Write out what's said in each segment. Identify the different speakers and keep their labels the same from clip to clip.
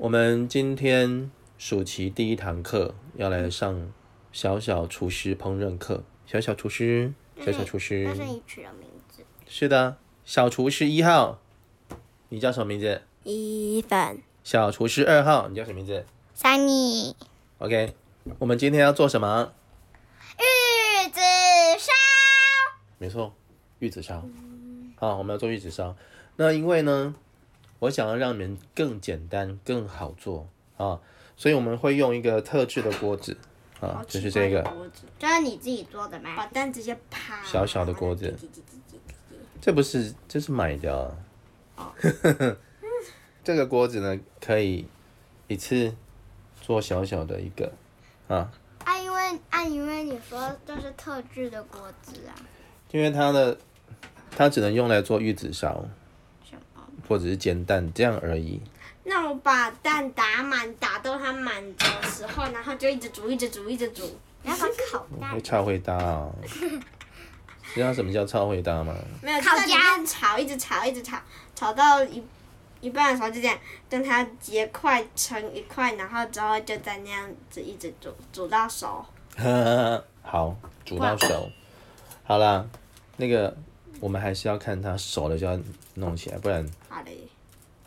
Speaker 1: 我们今天暑期第一堂课要来上小小厨师烹饪课。小小厨师，小小厨师，
Speaker 2: 嗯但是你取了名字，
Speaker 1: 是的，小厨师一号，你叫什么名字？
Speaker 2: 伊凡、
Speaker 1: 小厨师二号，你叫什么名字
Speaker 2: 三妮，
Speaker 1: ？OK，我们今天要做什么？
Speaker 2: 玉子烧，
Speaker 1: 没错，玉子烧。
Speaker 2: 嗯
Speaker 1: 好，我们要做玉子烧。那因为呢，我想要让你们更简单、更好做啊，所以我们会用一个特制的锅子啊，就是这个。
Speaker 3: 锅子，
Speaker 2: 这是你自己做的
Speaker 3: 把
Speaker 2: 吗？
Speaker 3: 蛋直接啪。
Speaker 1: 小小的锅子
Speaker 3: 滴滴滴滴滴滴滴
Speaker 1: 这不是，这是买的、啊。这个锅子呢，可以一次做小小的一个啊，
Speaker 2: 啊，因为啊，因为你说这是特制的锅子啊，
Speaker 1: 因为它的它只能用来做玉子烧
Speaker 2: 什么？
Speaker 1: 或者是煎蛋这样而已。
Speaker 3: 那我把蛋打满，打到它满的时候，然后就一直煮，一直煮，一直煮。
Speaker 2: 你要把烤蛋
Speaker 1: 会超会搭哦。知道什么叫超会搭吗？
Speaker 3: 没有，就
Speaker 2: 烤
Speaker 3: 在里
Speaker 2: 夹
Speaker 3: 面炒，一直炒，一直炒，炒到一一半的时候就这样，让它结块成一块，然后之后就再那样子一直煮，煮到熟。
Speaker 1: 好，煮到熟。好啦，那个我们还是要看它熟了就要弄起来，不然
Speaker 3: 好嘞，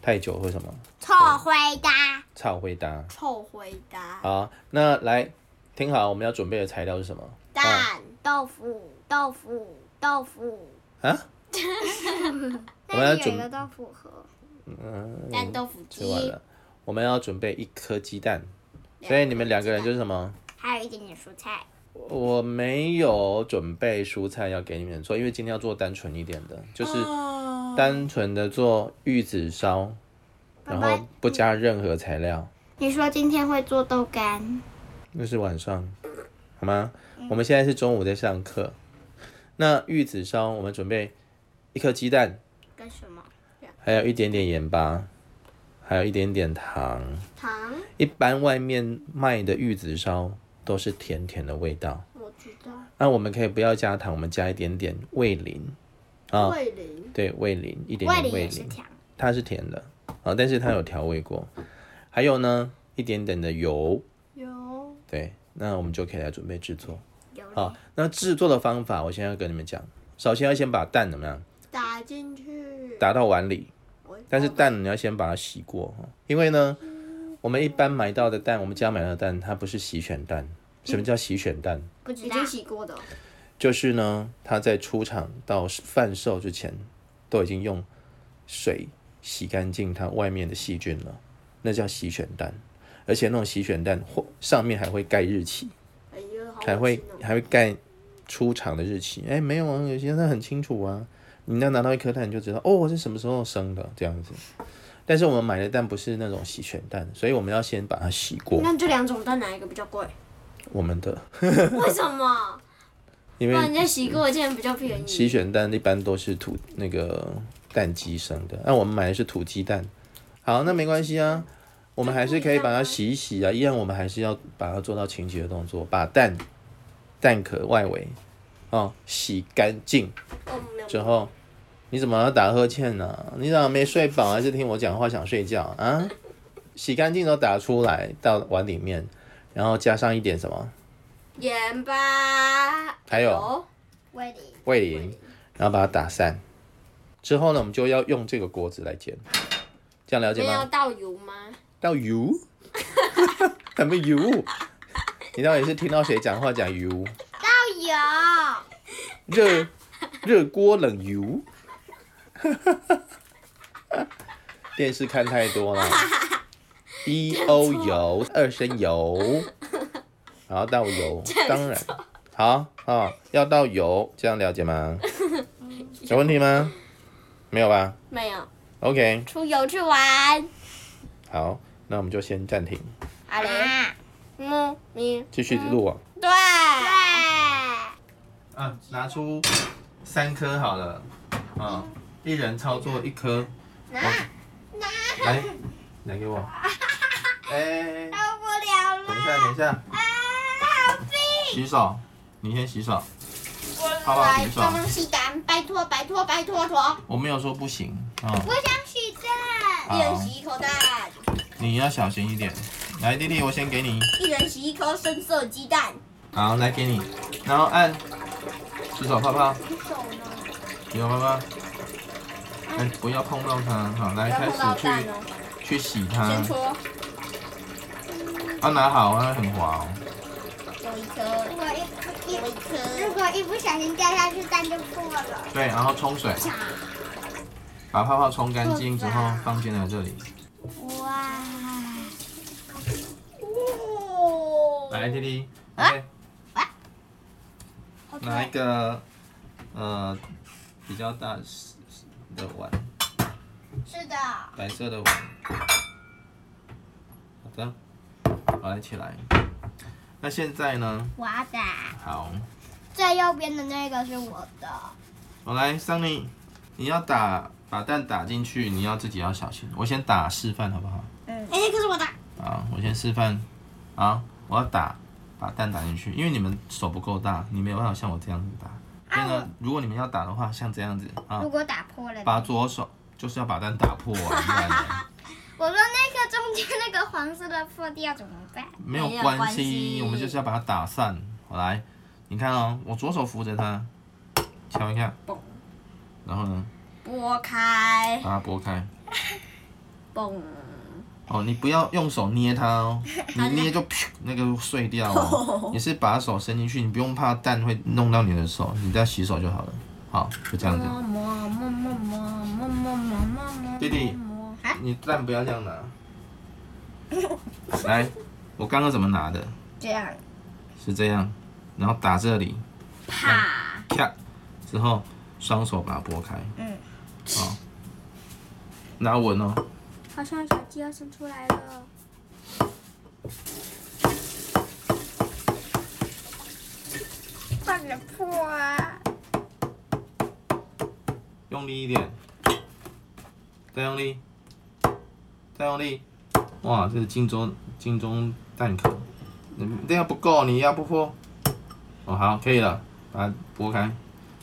Speaker 1: 太久会什么
Speaker 2: 臭回答，
Speaker 1: 超会搭。
Speaker 3: 臭回答。
Speaker 1: 好，那来听好，我们要准备的材料是什么？啊
Speaker 2: 蛋、豆腐、豆腐、豆腐。
Speaker 1: 啊，我们
Speaker 2: 那
Speaker 1: 要
Speaker 2: 里有一
Speaker 1: 准
Speaker 2: 个豆腐盒，
Speaker 1: 嗯，
Speaker 3: 蛋豆腐
Speaker 1: 吃完
Speaker 3: 鸡，
Speaker 1: 了，我们要准备一颗鸡蛋，所以你们两个人就是什么？
Speaker 2: 还有一点点蔬菜。
Speaker 1: 我没有准备蔬菜要给你们做，因为今天要做单纯一点的，就是
Speaker 3: 哦
Speaker 1: 单纯的做玉子烧，然后不加任何材料，
Speaker 2: 你说今天会做豆干，
Speaker 1: 那是晚上，好吗？我们现在是中午在上课，那玉子烧我们准备一颗鸡蛋，
Speaker 2: 跟什么？
Speaker 1: 还有一点点盐巴，还有一点点糖。
Speaker 3: 糖，
Speaker 1: 一般外面卖的玉子烧都是甜甜的味道，
Speaker 2: 我知道。
Speaker 1: 那我们可以不要加糖，我们加一点点味淋啊，
Speaker 3: 桂林，
Speaker 1: 对，味淋一点
Speaker 2: 味
Speaker 1: 点
Speaker 2: 里
Speaker 1: 味
Speaker 2: 也是
Speaker 1: 淋，
Speaker 2: 甜，
Speaker 1: 它是甜的啊，但是它有调味过。还有呢，一点点的油，
Speaker 3: 有
Speaker 1: 对，那我们就可以来准备制作
Speaker 2: 有点
Speaker 1: 啊。那制作的方法，我现在要跟你们讲，首先要先把蛋怎么样
Speaker 3: 打进去，
Speaker 1: 打到碗里，
Speaker 3: 我
Speaker 1: 但是蛋你要先把它洗过，哦因为呢，我们一般买到的蛋，我们家买到的蛋，它不是洗选蛋。什么叫洗选蛋？
Speaker 2: 不知
Speaker 3: 已
Speaker 2: 道
Speaker 3: 经。洗过的，
Speaker 1: 就是呢，它在出厂到贩售之前，都已经用水洗干净它外面的细菌了，那叫洗选蛋。而且那种洗选蛋或上面还会盖日期，
Speaker 3: 哎呦，好恶心哦
Speaker 1: 还会还会盖出厂的日期。哎，没有啊，有些它很清楚啊，你要拿到一颗蛋你就知道，哦，是什么时候生的这样子。但是我们买的蛋不是那种洗选蛋，所以我们要先把它洗过。
Speaker 3: 那这两种蛋哪一个比较贵？
Speaker 1: 我们的，
Speaker 3: 为什么？
Speaker 1: 因为
Speaker 3: 不然人家洗过竟然比较便宜。
Speaker 1: 洗选蛋一般都是土那个蛋鸡生的，那我们买的是土鸡蛋。好，那没关系啊，我们还是可以把它洗一洗啊，依然我们还是要把它做到清洁的动作，把蛋蛋壳外围哦洗干净
Speaker 3: 哦，没有
Speaker 1: 之后，你怎么要打呵欠呢、你怎么没睡饱，还是听我讲话想睡觉啊？洗干净都打出来到碗里面，然后加上一点什么
Speaker 3: 盐巴，
Speaker 1: 还有
Speaker 3: 油
Speaker 2: 味里哦
Speaker 1: 味淋，然后把它打散。之后呢，我们就要用这个锅子来煎，这样了解
Speaker 3: 没有
Speaker 1: 吗？
Speaker 3: 倒油吗？
Speaker 1: 到油， 什么油？你到底是听到谁讲话讲油？
Speaker 2: 要有
Speaker 1: 热 热锅冷油， 电视看太多了。B O 油，二声油，然后倒油，当然好啊、要倒油，这样了解吗？有问题吗？没有吧
Speaker 3: 没有，
Speaker 1: ？OK，
Speaker 3: 出游去玩。
Speaker 1: 好，那我们就先暂停，
Speaker 3: 阿雷，
Speaker 2: 啊，
Speaker 3: 木咪，
Speaker 1: 继续录啊。
Speaker 3: 对，
Speaker 2: 对，
Speaker 1: 啊，拿出三颗好了，啊，一人操作一颗，
Speaker 2: 拿
Speaker 1: 来，拿 给我。哎、
Speaker 2: 受不了
Speaker 1: 等一下，等一下，
Speaker 2: 啊，好冰！
Speaker 1: 洗手，你先洗手。
Speaker 2: 我
Speaker 1: 好吧
Speaker 2: 来
Speaker 1: 你说
Speaker 2: 装吸蛋，拜托拜托拜托托！
Speaker 1: 我没有说不行啊、
Speaker 2: 我想洗蛋，
Speaker 1: 好
Speaker 3: 一人洗一口蛋。
Speaker 1: 你要小心一点。来，弟弟，我先给你。
Speaker 4: 一人洗一颗深色鸡蛋，
Speaker 1: 好，来给你，然后按洗手泡泡，
Speaker 2: 你手呢？
Speaker 1: 洗手泡泡。哎，不要碰到它。好，来
Speaker 4: 不要
Speaker 1: 开
Speaker 4: 碰到
Speaker 1: 始
Speaker 4: 蛋
Speaker 1: 去
Speaker 4: 哦，
Speaker 1: 去洗它
Speaker 4: 先。搓，
Speaker 1: 要拿好啊，很滑哦。
Speaker 4: 有一颗，
Speaker 2: 如果一
Speaker 4: 有
Speaker 2: 一
Speaker 4: 一颗
Speaker 2: 如，果一不小心掉下去，蛋就破了。
Speaker 1: 对，然后冲水，把泡泡冲干净之后放进了这里。
Speaker 2: 哇！
Speaker 4: 哇，
Speaker 1: 来，弟弟，
Speaker 4: 啊
Speaker 1: 来拿一个呃比较大的碗，
Speaker 2: 是的，
Speaker 1: 白色的碗。好的，好来起来。那现在呢？
Speaker 2: 我的
Speaker 1: 好，
Speaker 2: 最右边的那个是我的。
Speaker 1: 我来桑尼，你要打把蛋打进去，你要自己要小心。我先打示范好不好？
Speaker 3: 哎，可是我的，
Speaker 1: 啊，我先示范啊，我要打，把蛋打进去，因为你们手不够大，你没有办法像我这样子打。所
Speaker 4: 啊
Speaker 1: 以呢，如果你们要打的话，像这样子啊，
Speaker 2: 啊如果打破了呢，
Speaker 1: 把左手就是要把蛋打破啊，不 然呢
Speaker 2: 我说那个中间那个黄色的破掉怎么办？
Speaker 1: 没有
Speaker 4: 没有
Speaker 1: 关
Speaker 4: 关
Speaker 1: 系，
Speaker 4: 系
Speaker 1: 我们就是要把它打散。我来，你看哦，我左手扶着它，敲一下
Speaker 4: 嘣，
Speaker 1: 然后呢，
Speaker 4: 拨开，
Speaker 1: 把它拨开。
Speaker 4: 嘣，
Speaker 1: 哦，你不要用手捏它 哦，你捏就那个碎掉哦。你是把手伸进去，你不用怕蛋会弄到你的手，你再洗手就好了。好，就这样子。
Speaker 4: 么么么么么么么么么么，
Speaker 1: 弟弟
Speaker 4: 摸，
Speaker 2: 嗯
Speaker 1: 你蛋不要这样 拿。来，我刚刚怎么拿的？
Speaker 4: 这样，
Speaker 1: 是这样，然后打这里，
Speaker 4: 啪，
Speaker 1: 咔，之后双手把它拨开。
Speaker 4: 嗯。
Speaker 1: 好，拿稳哦。
Speaker 3: 好像小鸡要生出来了。
Speaker 2: 放着破啊！
Speaker 1: 用力一点，再用力，再用力。哇，这是金钟金钟蛋壳，你这样不够，你压不破。哦，好，可以了，把它拨开，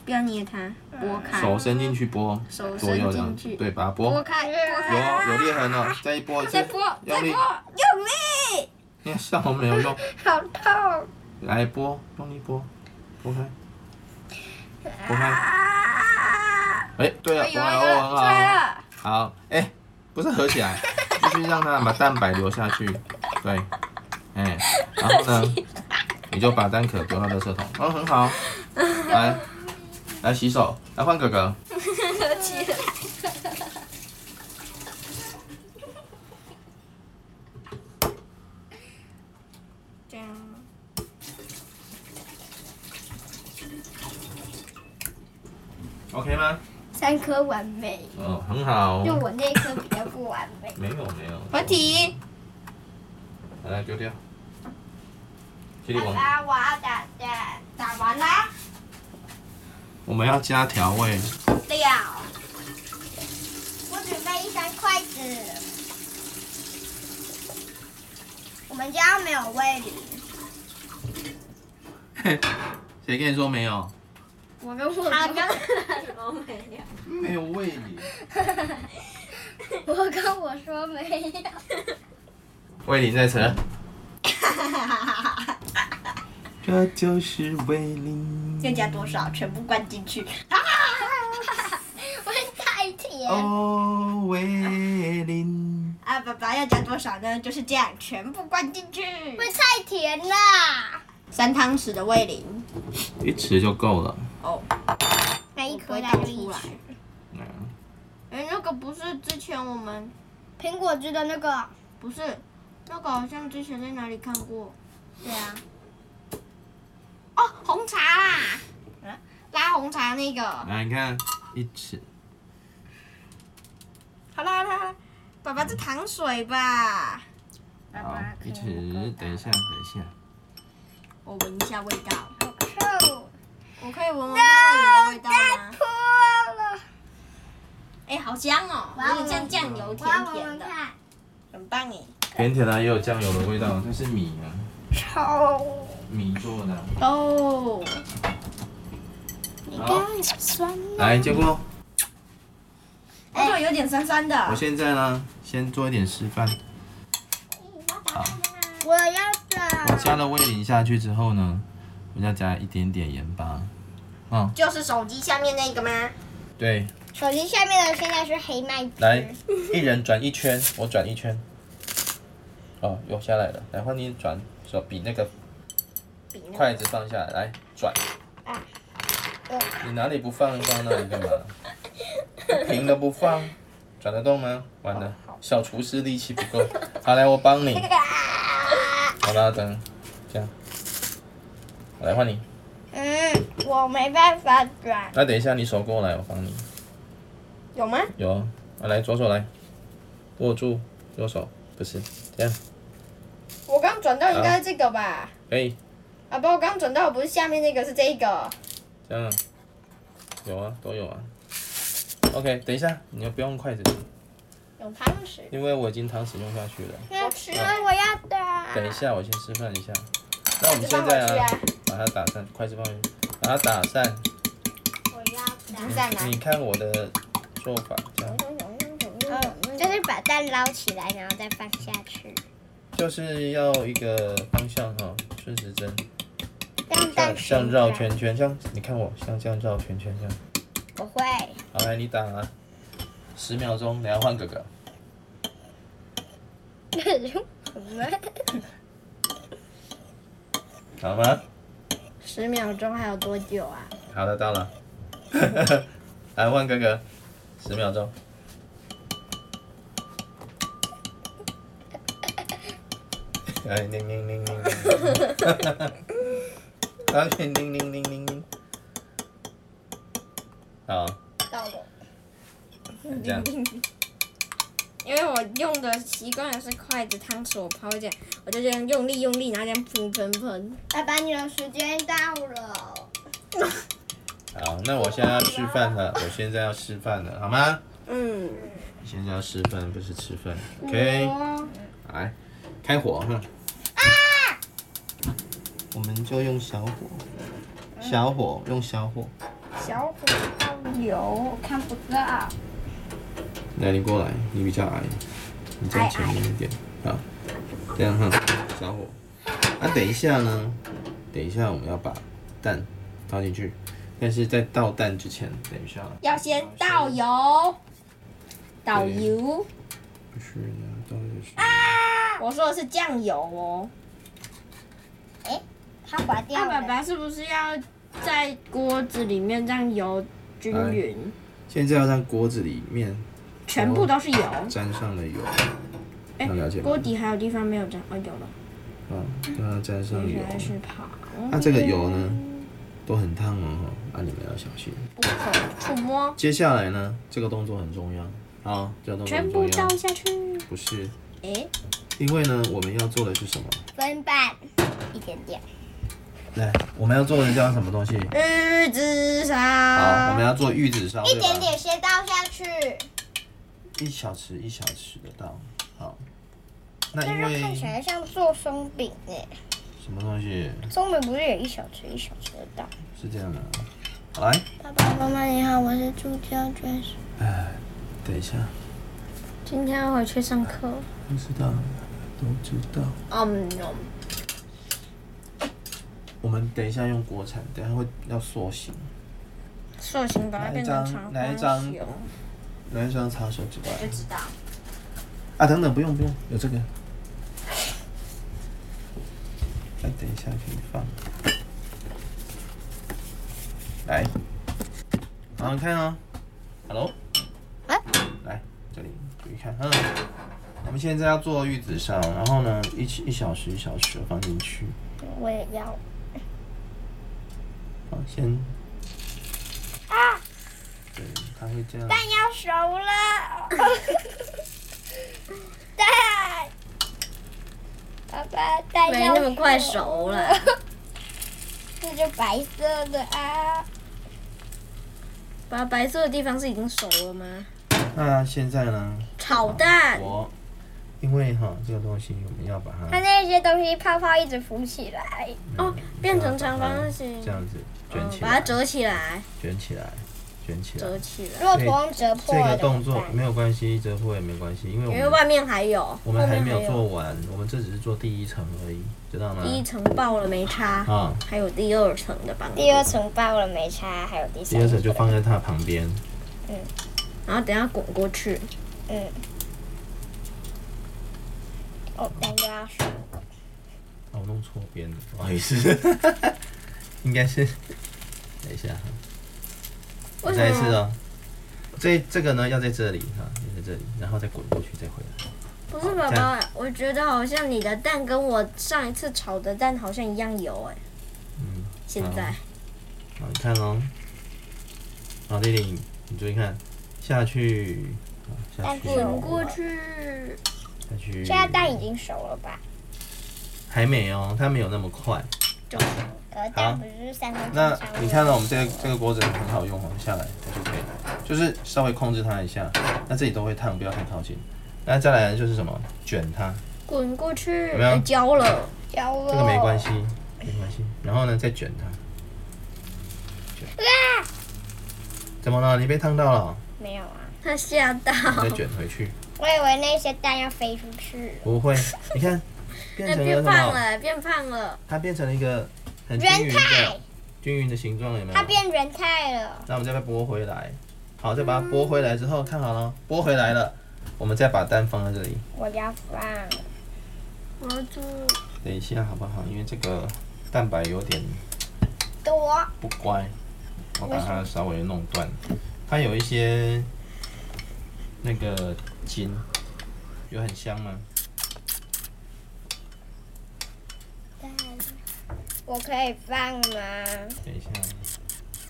Speaker 4: 不要捏它，
Speaker 3: 嗯
Speaker 4: 拨 开，
Speaker 1: 手伸进去拨，
Speaker 4: 啊手
Speaker 1: 左右
Speaker 4: 伸
Speaker 1: 这样
Speaker 4: 进
Speaker 1: 子，
Speaker 4: 去，
Speaker 1: 对，把它拨。
Speaker 4: 开，拨
Speaker 1: 有
Speaker 4: 开，
Speaker 1: 有裂痕了，再一拨一次
Speaker 4: 再，拨，再
Speaker 1: 用力
Speaker 4: 拨，用力，
Speaker 1: 你看笑没 有用，
Speaker 2: 好痛！
Speaker 1: 来拨，用力拨，拨开，拨开。
Speaker 4: 啊，
Speaker 1: 哎，对了，
Speaker 4: 哎
Speaker 1: 拨
Speaker 4: 有
Speaker 1: 开
Speaker 4: 了有了，出
Speaker 1: 哦，很好哦。
Speaker 4: 来了，
Speaker 1: 好，哎、不是合起 来，必须让它把蛋白留下去。对，哎、然后 呢，你就把蛋壳丢到垃圾桶。哦，很好，来，来洗手，来换哥哥。
Speaker 4: 起来，
Speaker 3: 这样。
Speaker 1: OK 吗？
Speaker 2: 三颗完美，
Speaker 1: 哦，很好。
Speaker 2: 就我那颗比较不完美。
Speaker 1: 没有没有。
Speaker 4: 合体，
Speaker 1: 来，来丢掉。霹雳王，
Speaker 2: 爸爸，我要打蛋，
Speaker 4: 打完啦，
Speaker 1: 我们要加调味。
Speaker 4: 料，
Speaker 2: 我准备一双筷子。我们家没有味蕾，
Speaker 1: 谁跟你说没有？
Speaker 2: 我跟我
Speaker 4: 他
Speaker 2: 哥
Speaker 4: 刚，我没有，
Speaker 1: 没有味蕾。
Speaker 2: 我跟我说没有，
Speaker 1: 味蕾在 扯。
Speaker 4: 哈，
Speaker 1: 这就是味蕾。
Speaker 4: 要加多少？全部灌进 去，
Speaker 2: 我太甜。
Speaker 1: 哦，味蕾。
Speaker 4: 啊，爸爸要加多少呢？就是这样，全部灌进去，
Speaker 2: 会太甜啦！
Speaker 4: 三汤匙的味淋，
Speaker 1: 一匙就够了。
Speaker 2: 那一
Speaker 4: 不会
Speaker 2: 颗
Speaker 4: 倒
Speaker 2: 它就
Speaker 4: 出
Speaker 1: 哦
Speaker 2: 一
Speaker 4: 来
Speaker 2: 匙。
Speaker 1: 嗯
Speaker 3: 哎，那个不是之前我们
Speaker 2: 苹果汁的那个，
Speaker 3: 不是，那个好像之前在哪里看过。
Speaker 2: 对啊，
Speaker 3: 哦，红茶
Speaker 4: 啊
Speaker 3: 啦，嗯拉红茶那个。
Speaker 1: 来，你看一匙，
Speaker 3: 好啦好啦好啦，爸爸这糖水吧，
Speaker 1: 好，一匙。等一下，等一下，
Speaker 4: 我闻一下味道，
Speaker 2: 臭，
Speaker 3: 我可以闻闻看味道吗？
Speaker 2: 破了！
Speaker 4: 哎，好香哦，
Speaker 2: 我要
Speaker 4: 有点像酱油，
Speaker 2: 我要
Speaker 4: 甜
Speaker 2: 闻
Speaker 4: 甜
Speaker 2: 闻
Speaker 4: 的，
Speaker 2: 看，
Speaker 4: 很棒哎。
Speaker 1: 甜甜的、也有酱油的味道，这是米啊，
Speaker 2: 臭。
Speaker 1: 米做的。
Speaker 4: 哦，
Speaker 1: 好，来，结果
Speaker 4: 味道有点酸酸的
Speaker 3: 啊
Speaker 1: 我。现在呢，先做一点示范，
Speaker 2: 我要
Speaker 1: 我
Speaker 2: 找
Speaker 1: 加了味淋下去之后呢，我再加一点点盐巴。嗯，
Speaker 4: 就是手机下面那个吗？
Speaker 1: 对，
Speaker 2: 手机下面的现在是黑麦汁。
Speaker 1: 来，一人转一圈，我转一圈。哦，有下来了，来换你转，手比那个
Speaker 4: 比
Speaker 3: 嗯
Speaker 4: 那个
Speaker 1: 筷子放下来，来转
Speaker 4: 啊。
Speaker 1: 你哪里不放放那里干嘛？平的不放，转得动吗？完了，小厨师力气不够。好，来我帮你。好啦，等，这样，我来换你。
Speaker 2: 嗯，我没办法转。
Speaker 1: 那等一下你手过来，我帮你。
Speaker 4: 有吗？
Speaker 1: 有啊，啊来左手来，握住右手，不是这样，
Speaker 4: 我刚转到应该是这个吧？
Speaker 1: 可以
Speaker 4: 啊不，我刚转到不是下面那个是这个。
Speaker 1: 这样啊，有啊，都有啊。OK，等一下，你又不用筷子，
Speaker 4: 有汤匙，
Speaker 1: 因为我已经汤匙用下去了。
Speaker 4: 我吃
Speaker 2: 因为我要打。
Speaker 1: 等一下，我先示范一下。那我们
Speaker 4: 就
Speaker 1: 现
Speaker 4: 放回
Speaker 1: 在
Speaker 4: 去
Speaker 1: 啊
Speaker 4: 啊，。
Speaker 1: 把它打散，筷子放进去，把它打散。
Speaker 2: 我要打。
Speaker 4: 你再拿
Speaker 1: 你看我的做法，这样
Speaker 3: 嗯
Speaker 2: 嗯就是把蛋捞起来，然后再放下去，
Speaker 1: 就是要一个方向哈，顺时针，
Speaker 2: 让
Speaker 1: 像
Speaker 2: 蛋
Speaker 1: 像
Speaker 2: 旋
Speaker 1: 绕
Speaker 2: 转。
Speaker 1: 圈圈，像你看我像这样绕圈圈这样。
Speaker 2: 不会，
Speaker 1: 好，来你打啊，十秒钟，等一下换哥哥。好吗？
Speaker 4: 十秒钟还有多久啊？
Speaker 1: 好的，到了。 来换哥哥，十秒钟。 哎，铃铃铃铃 铃，完全铃铃铃铃铃。好，
Speaker 4: 到
Speaker 1: 哎
Speaker 4: 了，
Speaker 1: 这样
Speaker 3: 因为我用的习惯是筷子、汤匙，我抛一点，我就这样用力用力，然后这样喷喷喷。
Speaker 2: 爸爸，你的时间到了。
Speaker 1: 好，那我现在要示范了，我现在要示范了，好吗？
Speaker 3: 嗯，
Speaker 1: 现在要示范，不是吃饭。OK，来，开火哈。啊我们就用小火，小火，用小火。
Speaker 4: 小火烧油，我看不到。
Speaker 1: 来，你过来，你比较矮，你站前面一点，好，这样哈，小火。啊，等一下呢，等一下我们要把蛋倒进去，但是在倒蛋之前，等一下，
Speaker 4: 要先倒油，倒油。
Speaker 1: 不是呢，倒就是。
Speaker 4: 我说的是酱油哦。
Speaker 2: 它滑掉
Speaker 3: 那爸
Speaker 2: 了。
Speaker 3: 爸是不是要在锅子里面让油均匀，
Speaker 1: 现在要让锅子里面
Speaker 4: 全部都是油，
Speaker 1: 沾上了油，啊
Speaker 3: 哎
Speaker 1: 哦能了解吗
Speaker 3: 锅？底还有地方没有沾？哦，有了，
Speaker 1: 啊，让它沾上油
Speaker 3: 原。来是旁。
Speaker 1: 那这个油呢，都很烫哦，哈啊，你们要小心。
Speaker 4: 不可触摸。
Speaker 1: 接下来呢，这个动作很重要，好，这个动作
Speaker 3: 全
Speaker 1: 很
Speaker 3: 部
Speaker 1: 重
Speaker 3: 倒
Speaker 1: 要，
Speaker 3: 下去。
Speaker 1: 不是，
Speaker 4: 诶，
Speaker 1: 因为呢，我们要做的是什么？
Speaker 2: 分半，一点点。
Speaker 1: 来，我们要做的叫什么东西？
Speaker 4: 玉子烧。
Speaker 2: 啊
Speaker 1: 好，我们要做玉子烧，
Speaker 2: 一
Speaker 1: 对吧？
Speaker 2: 点点先倒下去，
Speaker 1: 一小匙一小匙的倒，好。那
Speaker 2: 但
Speaker 1: 因
Speaker 2: 是看
Speaker 1: 为
Speaker 2: 起来像做松饼哎，
Speaker 1: 什么东西
Speaker 2: 松饼不是有一小匙一小匙的倒？
Speaker 1: 是这样的啊？好来，
Speaker 2: 爸爸妈妈你好，我是助教专属。
Speaker 1: 哎等一下，
Speaker 3: 今天要回去上课。
Speaker 1: 不知道，都知道。
Speaker 4: 嗯，嗯
Speaker 1: 我们等一下用国产，等一下会要塑形。
Speaker 3: 塑形把它变成长
Speaker 1: 哪一
Speaker 3: 方
Speaker 1: 张
Speaker 3: 形。
Speaker 1: 来，这样擦手指吧。
Speaker 4: 就知道。
Speaker 1: 啊，等等，不用不用，有这个。那哎等一下可以放。来，好，你看哦。Hello。
Speaker 2: 啊
Speaker 1: 来，这里注意看，嗯。我们现在要做玉子烧，然后呢，一一小时一小时的放进去，
Speaker 2: 我也要。
Speaker 1: 好，先。啊。对，它会这样。
Speaker 2: 蛋要熟 了，蛋，爸爸
Speaker 4: 哎
Speaker 2: 蛋
Speaker 3: 没
Speaker 2: 要
Speaker 3: 那么快 熟了，
Speaker 2: 这就白色的啊，
Speaker 3: 把白色的地方是已经熟了吗？
Speaker 1: 那现在呢，
Speaker 3: 炒蛋，
Speaker 1: 我因为哈这个东西我们要把它
Speaker 2: 它那些东西泡泡一直浮起来，
Speaker 3: 哦变成长方形
Speaker 1: 这样子
Speaker 3: 嗯
Speaker 1: 卷起
Speaker 3: 把它
Speaker 1: 来，
Speaker 3: 折起来，
Speaker 1: 卷起来，卷起来。
Speaker 3: 折起来。
Speaker 2: 如果图案折破
Speaker 1: 这
Speaker 2: 了
Speaker 1: 个
Speaker 2: 怎么
Speaker 1: 动作
Speaker 2: 办？
Speaker 1: 没有关系，折破也没关系，因为我
Speaker 3: 因为
Speaker 1: 们
Speaker 3: 外面还有，
Speaker 1: 我们还没有
Speaker 3: 后面
Speaker 1: 做完，我们这只是做第一层而已，知道吗？
Speaker 3: 第一层爆了没擦，
Speaker 1: 啊，
Speaker 3: 还有第二层的帮。
Speaker 2: 第二，层爆了没拆，还有第
Speaker 1: 第
Speaker 2: 三
Speaker 1: 二
Speaker 2: 层。
Speaker 1: 层就放在它旁边。
Speaker 3: 然后等下滚过去，
Speaker 2: 嗯。哦，刚刚
Speaker 1: 嗯
Speaker 2: 要说
Speaker 1: 哦，我弄错边了，不好意思， 应该是，等一下哈，
Speaker 3: 啊
Speaker 1: 我再一次哦。这这个呢要在这里哈，要在这里，然后再滚过去，再回来。
Speaker 3: 不是
Speaker 1: 好
Speaker 3: 宝
Speaker 1: 这样
Speaker 3: 宝，我觉得好像你的蛋跟我上一次炒的蛋好像一样油哎、
Speaker 1: 嗯，
Speaker 3: 现在
Speaker 1: 好，你看哦，好，丽丽，你注意看，下去，好下
Speaker 2: 蛋
Speaker 1: 去，
Speaker 2: 滚
Speaker 1: 下
Speaker 2: 过
Speaker 3: 去，
Speaker 1: 去。
Speaker 2: 现在蛋已经熟了吧？
Speaker 1: 还没哦，它没有那么快。
Speaker 2: 可是蛋不是三分钟
Speaker 1: 那
Speaker 2: 上
Speaker 1: 你看到我们这个这个锅子很好用哦，下来它就可以了，就是稍微控制它一下。那这里都会烫，不要太靠近。那再来就是什么，卷它，
Speaker 3: 滚过去，
Speaker 1: 有没有
Speaker 3: 哎焦了，
Speaker 2: 焦了，
Speaker 1: 这个没关系，没关系。然后呢，再卷它。卷。怎么了？你被烫到了？哦
Speaker 2: 没有啊，
Speaker 3: 他吓到，
Speaker 1: 你再卷回去。
Speaker 2: 我以为那些蛋要飞出去。
Speaker 1: 不会，你看，变
Speaker 3: 哎
Speaker 1: 成了
Speaker 3: 变
Speaker 1: 什
Speaker 3: 胖
Speaker 1: 么？
Speaker 3: 了，变胖了，
Speaker 1: 它变成了一个很均
Speaker 2: 人
Speaker 1: 匀
Speaker 2: 太
Speaker 1: 的、，均匀的形状，有没有
Speaker 2: 它？变人太了。
Speaker 1: 那我们再把它拨回来，好，再把它拨回来之后，看好了，拨回来了，我们再把蛋放在这里，
Speaker 2: 我要放，
Speaker 3: 我要做
Speaker 1: 等一下好不好？因为这个蛋白有点
Speaker 2: 多
Speaker 1: 不乖，我把它稍微弄断，它有一些那个筋，有很香吗？
Speaker 2: 蛋，我可以放吗？
Speaker 1: 等一下，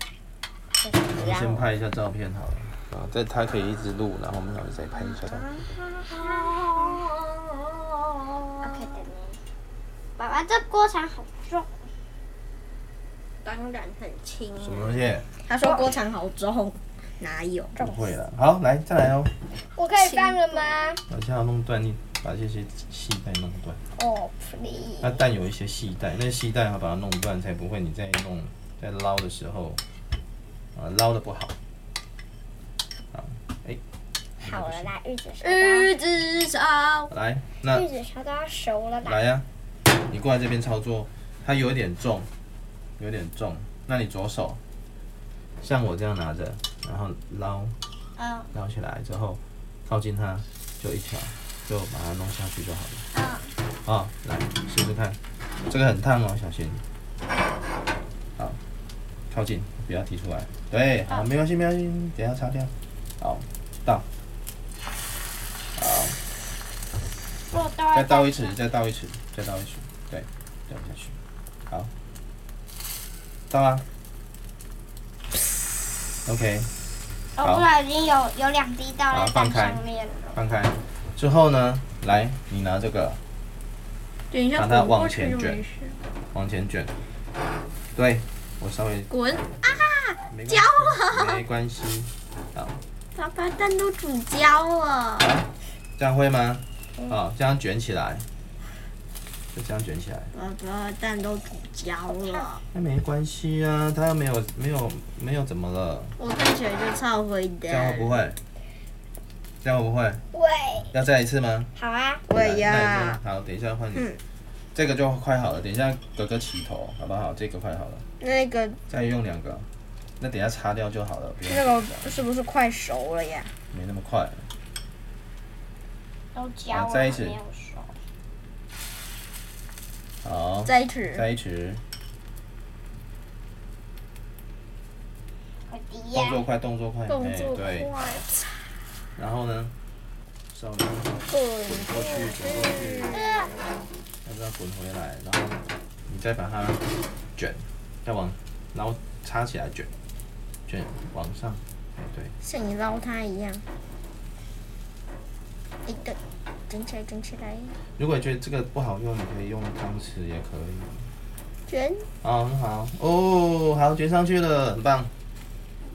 Speaker 1: 嗯我
Speaker 2: 就是不
Speaker 1: 们
Speaker 2: 让
Speaker 1: 先
Speaker 2: 我
Speaker 1: 拍一下照片好了。啊，在它可以一直录，然后我们稍微再拍一下照片。
Speaker 2: OK 的呢。爸爸，这锅铲好重，
Speaker 3: 当然很轻
Speaker 1: 什么东西？
Speaker 3: 他说锅铲好重，哪 有？
Speaker 1: 不会了。好，来再来哦。
Speaker 2: 我可以放了吗？
Speaker 1: 我现在要弄断，你把这些细带弄断。
Speaker 2: 哦，please。
Speaker 1: 那蛋有一些细带，那细带要把它弄断，才不会你在弄在捞的时候啊捞的不好。好，哎、
Speaker 2: 好了啦，玉子烧
Speaker 3: 玉子烧，
Speaker 1: 来，
Speaker 2: 到，
Speaker 1: 那
Speaker 2: 玉子烧到要熟了啦。
Speaker 1: 来呀、你过来这边操作，它有一点重，有点重。那你左手像我这样拿着，然后捞
Speaker 2: 嗯
Speaker 1: 捞起来之后，靠近它就一条，就把它弄下去就好了。
Speaker 2: 嗯，
Speaker 1: 啊、来试试看，这个很烫哦，小心。好，靠近，不要提出来。对，好，没关系，没关系，等一下擦掉。好，倒，
Speaker 2: 做
Speaker 1: 再
Speaker 2: 到
Speaker 1: 倒一匙，再倒一匙，再倒一匙，对，掉下去。好，倒啊。OK，
Speaker 2: 哦，不小心有有两滴倒
Speaker 1: 好
Speaker 2: 在
Speaker 1: 放
Speaker 2: 蛋
Speaker 1: 开
Speaker 2: 上面了。
Speaker 1: 放开。之后呢，来，你拿这个
Speaker 3: 等一下
Speaker 1: 把它
Speaker 3: 滚过
Speaker 1: 往
Speaker 3: 去
Speaker 1: 前
Speaker 3: 就
Speaker 1: 卷
Speaker 3: 没事。
Speaker 1: 往前卷。对，我稍微
Speaker 3: 滚！
Speaker 1: 没关系，没关系。
Speaker 3: 爸爸蛋都煮焦了，
Speaker 1: 这样会吗？啊、这样卷起来，就这样卷起来。
Speaker 3: 爸爸蛋都煮焦了，
Speaker 1: 那没关系啊，它没有没有没有怎么了，
Speaker 3: 我看起来就超灰
Speaker 1: 这样会不
Speaker 3: 的。
Speaker 1: 会？这样会不会？
Speaker 2: 喂，
Speaker 1: 要再一次吗？
Speaker 2: 好啊，
Speaker 3: 我
Speaker 1: 来
Speaker 3: 也
Speaker 1: 那
Speaker 3: 要
Speaker 1: 你，先好，等一下换你。
Speaker 3: 嗯
Speaker 1: 这个就快好了，等一下哥哥起头，好不好？这个快好了，
Speaker 3: 那个
Speaker 1: 再用两个，那等一下擦掉就好了，不用
Speaker 3: 那个是不是快熟了呀？
Speaker 1: 没那么快。
Speaker 2: 都焦
Speaker 1: 好
Speaker 2: 了，
Speaker 1: 在一起
Speaker 2: 没有熟。
Speaker 1: 好，
Speaker 3: 在一起，
Speaker 1: 在一起，
Speaker 2: 我滴
Speaker 1: 动作
Speaker 2: 呀，
Speaker 1: 快，动作快，
Speaker 3: 动
Speaker 1: 哎
Speaker 3: 作
Speaker 1: 对。
Speaker 3: 快，
Speaker 1: 然后呢，稍微
Speaker 3: 滚！
Speaker 1: 滚过去，滚过去。
Speaker 5: 呃
Speaker 1: 要不要滚回来？然后你再把它卷，再往，然后插起来卷，卷往上。哎，对，
Speaker 3: 像你捞它一样。哎，等，整起来，整起来，
Speaker 1: 如果你觉得这个不好用，你可以用汤匙也可以。
Speaker 3: 卷。
Speaker 1: 好，很好哦，好卷上去了，很棒。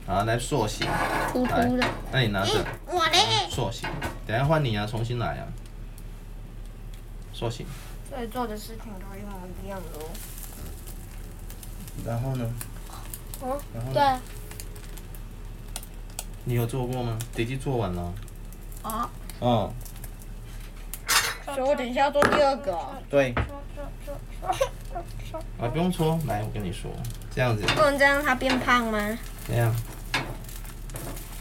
Speaker 1: 好，来塑形，
Speaker 3: 突突的，
Speaker 1: 那你拿着
Speaker 4: 哎
Speaker 2: 我嘞，
Speaker 1: 塑形，等一下换你啊，重新来啊。塑形，
Speaker 6: 所以做的事情都一模一样喽。
Speaker 1: 然后呢？然后呢
Speaker 2: 对，
Speaker 1: 你有做过吗？姐姐做完了。
Speaker 4: 哦。
Speaker 1: 哦，
Speaker 7: 所以我等一下要做第二个哦，
Speaker 1: 对。啊，不用搓，来，我跟你说，这样子，
Speaker 7: 不能再让它变胖吗？
Speaker 1: 这样，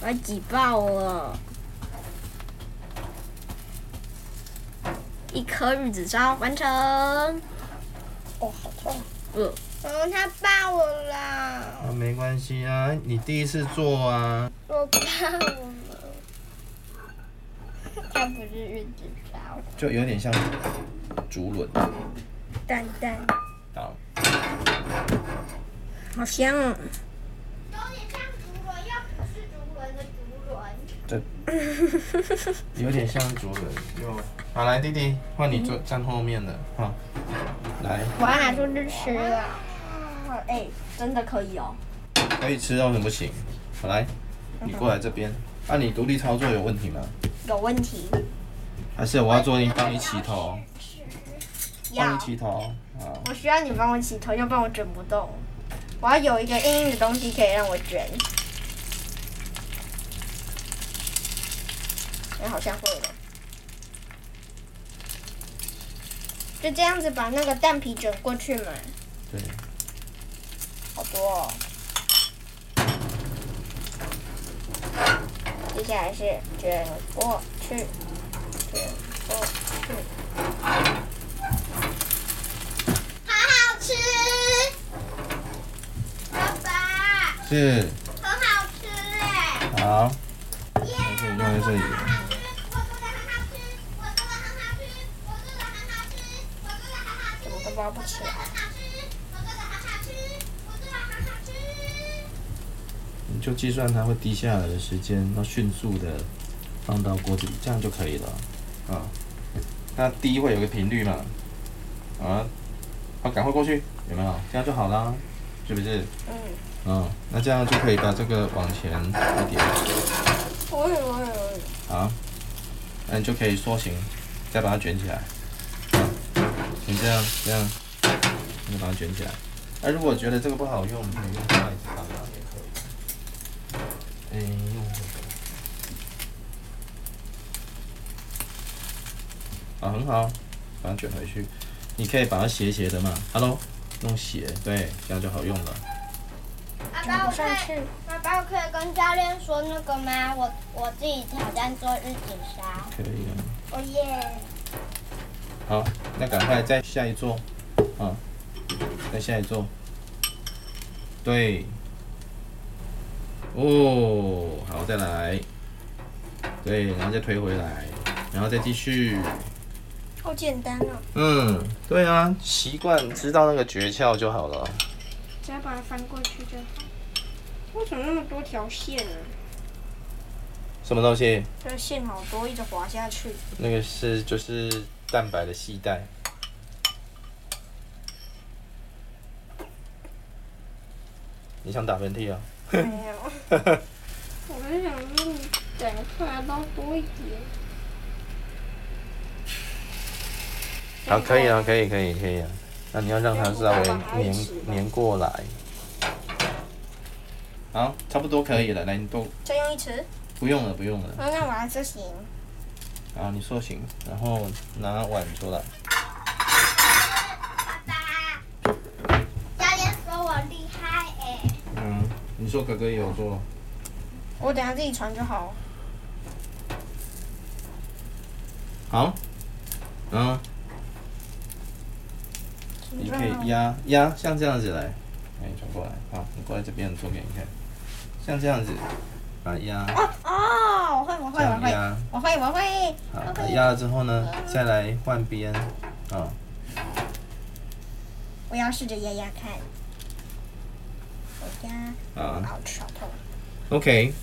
Speaker 7: 我要挤爆了！一颗玉子烧完成。
Speaker 4: 哦
Speaker 5: 嗯，他抱我了，
Speaker 1: 啊，没关系啊，你第一次做啊，
Speaker 5: 我抱我了。他不是玉子烧，
Speaker 1: 就有点像竹轮。
Speaker 7: 蛋蛋，
Speaker 1: 好，
Speaker 7: 好香哦！
Speaker 5: 有点像竹轮，又不是竹轮的竹轮。
Speaker 1: 有点像竹轮。又，好，来，弟弟，换你坐站后面的，好，来，
Speaker 5: 我要拿出去吃了。
Speaker 4: 哎，真的可以哦。
Speaker 1: 可以吃哦，为什么不行？好，来，你过来这边。啊，你独立操作有问题吗？
Speaker 4: 有问题，
Speaker 1: 还是我要做你帮你起头，帮你起头，好，
Speaker 4: 我需要你帮我洗头，要不然我卷不动。我要有一个硬硬的东西可以让我卷。哎，好像会了。就这样子把那个蛋皮卷过去嘛，
Speaker 1: 对。
Speaker 4: 好多哦。接下来是卷过去，卷过去。
Speaker 5: 好好吃，爸爸，
Speaker 1: 是，
Speaker 5: 很好吃哎！
Speaker 1: 好，还可以用在这里。
Speaker 5: 好吃，我做的很好吃，我做的很好吃，我做的很好吃，我做的很好吃，
Speaker 4: 怎么都包不起来。
Speaker 5: 我做的很好吃，我做的很好吃。
Speaker 1: 你就计算它会滴下来的时间，然后迅速的放到锅子里，这样就可以了。啊，那滴会有个频率嘛？啊，好，赶快过去，有没有？这样就好啦，是不是？
Speaker 4: 嗯。
Speaker 1: 嗯，那这样就可以把这个往前一点，
Speaker 4: 哦呦哦呦哦呦！
Speaker 1: 好，那你就可以缩形，再把它卷起来。啊，你这样这样，你就把它卷起来。那、如果觉得这个不好用，你可以用另外一只方法也可以。哎，用这个。啊，很好，把它卷回去。你可以把它斜斜的嘛，Hello，弄斜，对，这样就好用了。
Speaker 5: 爸爸，我可以，爸爸，我可以跟教练说那个吗？我我自己挑战做日子烧。
Speaker 1: 可以啊了。
Speaker 5: 哦耶！
Speaker 1: 好，那赶快再下一座，啊，再下一座，对，哦，好，再来，对，然后再推回来，然后再继续，
Speaker 4: 好简单哦，
Speaker 1: 嗯，对啊，习惯知道那个诀窍就好了。
Speaker 4: 只要把它翻过去就好。为什么那么多条线啊呢、
Speaker 1: 什么东西？
Speaker 4: 这个线好多，一直滑下去。
Speaker 1: 那个是就是蛋白的系带。你想打喷嚏啊？
Speaker 4: 没有，
Speaker 3: 我很想让你整块捞多一点。
Speaker 1: 好，可以啊，可以，可以，可以啊。那你要让它稍微粘粘过来。好，差不多可以
Speaker 4: 嗯
Speaker 1: 了。来，你都
Speaker 4: 再用一匙。
Speaker 1: 不用了，不用了。
Speaker 4: 那那我还是行。
Speaker 1: 然后你塑形，然后拿碗出来。
Speaker 5: 爸爸，教练说我厉害哎、
Speaker 1: 嗯，你说哥哥也有做，
Speaker 4: 我等下自己传就好。
Speaker 1: 好，嗯，你可以压压，像这样子来，哎，转过来，好，你过来这边做给你看，像这样子，把它压，
Speaker 4: 哦，我会，我
Speaker 1: 这
Speaker 4: 会，我
Speaker 1: 样
Speaker 4: 会，
Speaker 1: 压。
Speaker 4: 我会，我会。
Speaker 1: 好，压了之后呢，再来换边，啊，
Speaker 4: 我要试着压压看。我压，
Speaker 1: 啊
Speaker 4: 好吃，好痛。
Speaker 1: ，OK，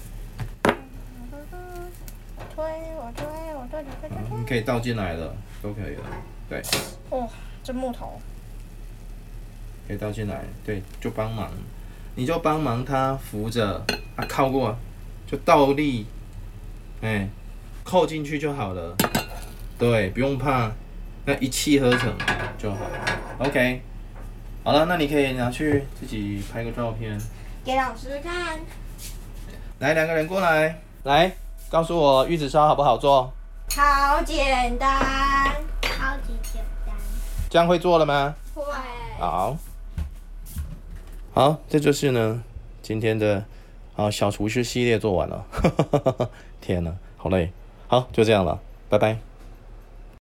Speaker 4: 我推，我推，我推，我推，
Speaker 1: 好
Speaker 4: 我推。
Speaker 1: 你可以倒进来了，都可以了，对，
Speaker 4: 这木头，
Speaker 1: 可以倒进来，对，就帮忙，你就帮忙他扶着，啊，靠过，就倒立，哎、扣进去就好了，对，不用怕，那一气呵成就好，OK，好了，那你可以拿去自己拍个照片。
Speaker 4: 给老师看。
Speaker 1: 来，两个人过来，来告诉我玉子烧好不好做？
Speaker 4: 好简单。
Speaker 5: 超级简单。
Speaker 1: 这样会做了吗？
Speaker 5: 会。
Speaker 1: 好，好，这就是呢今天的啊 小厨师系列做完了，天呐，好累，好就这样了，拜拜。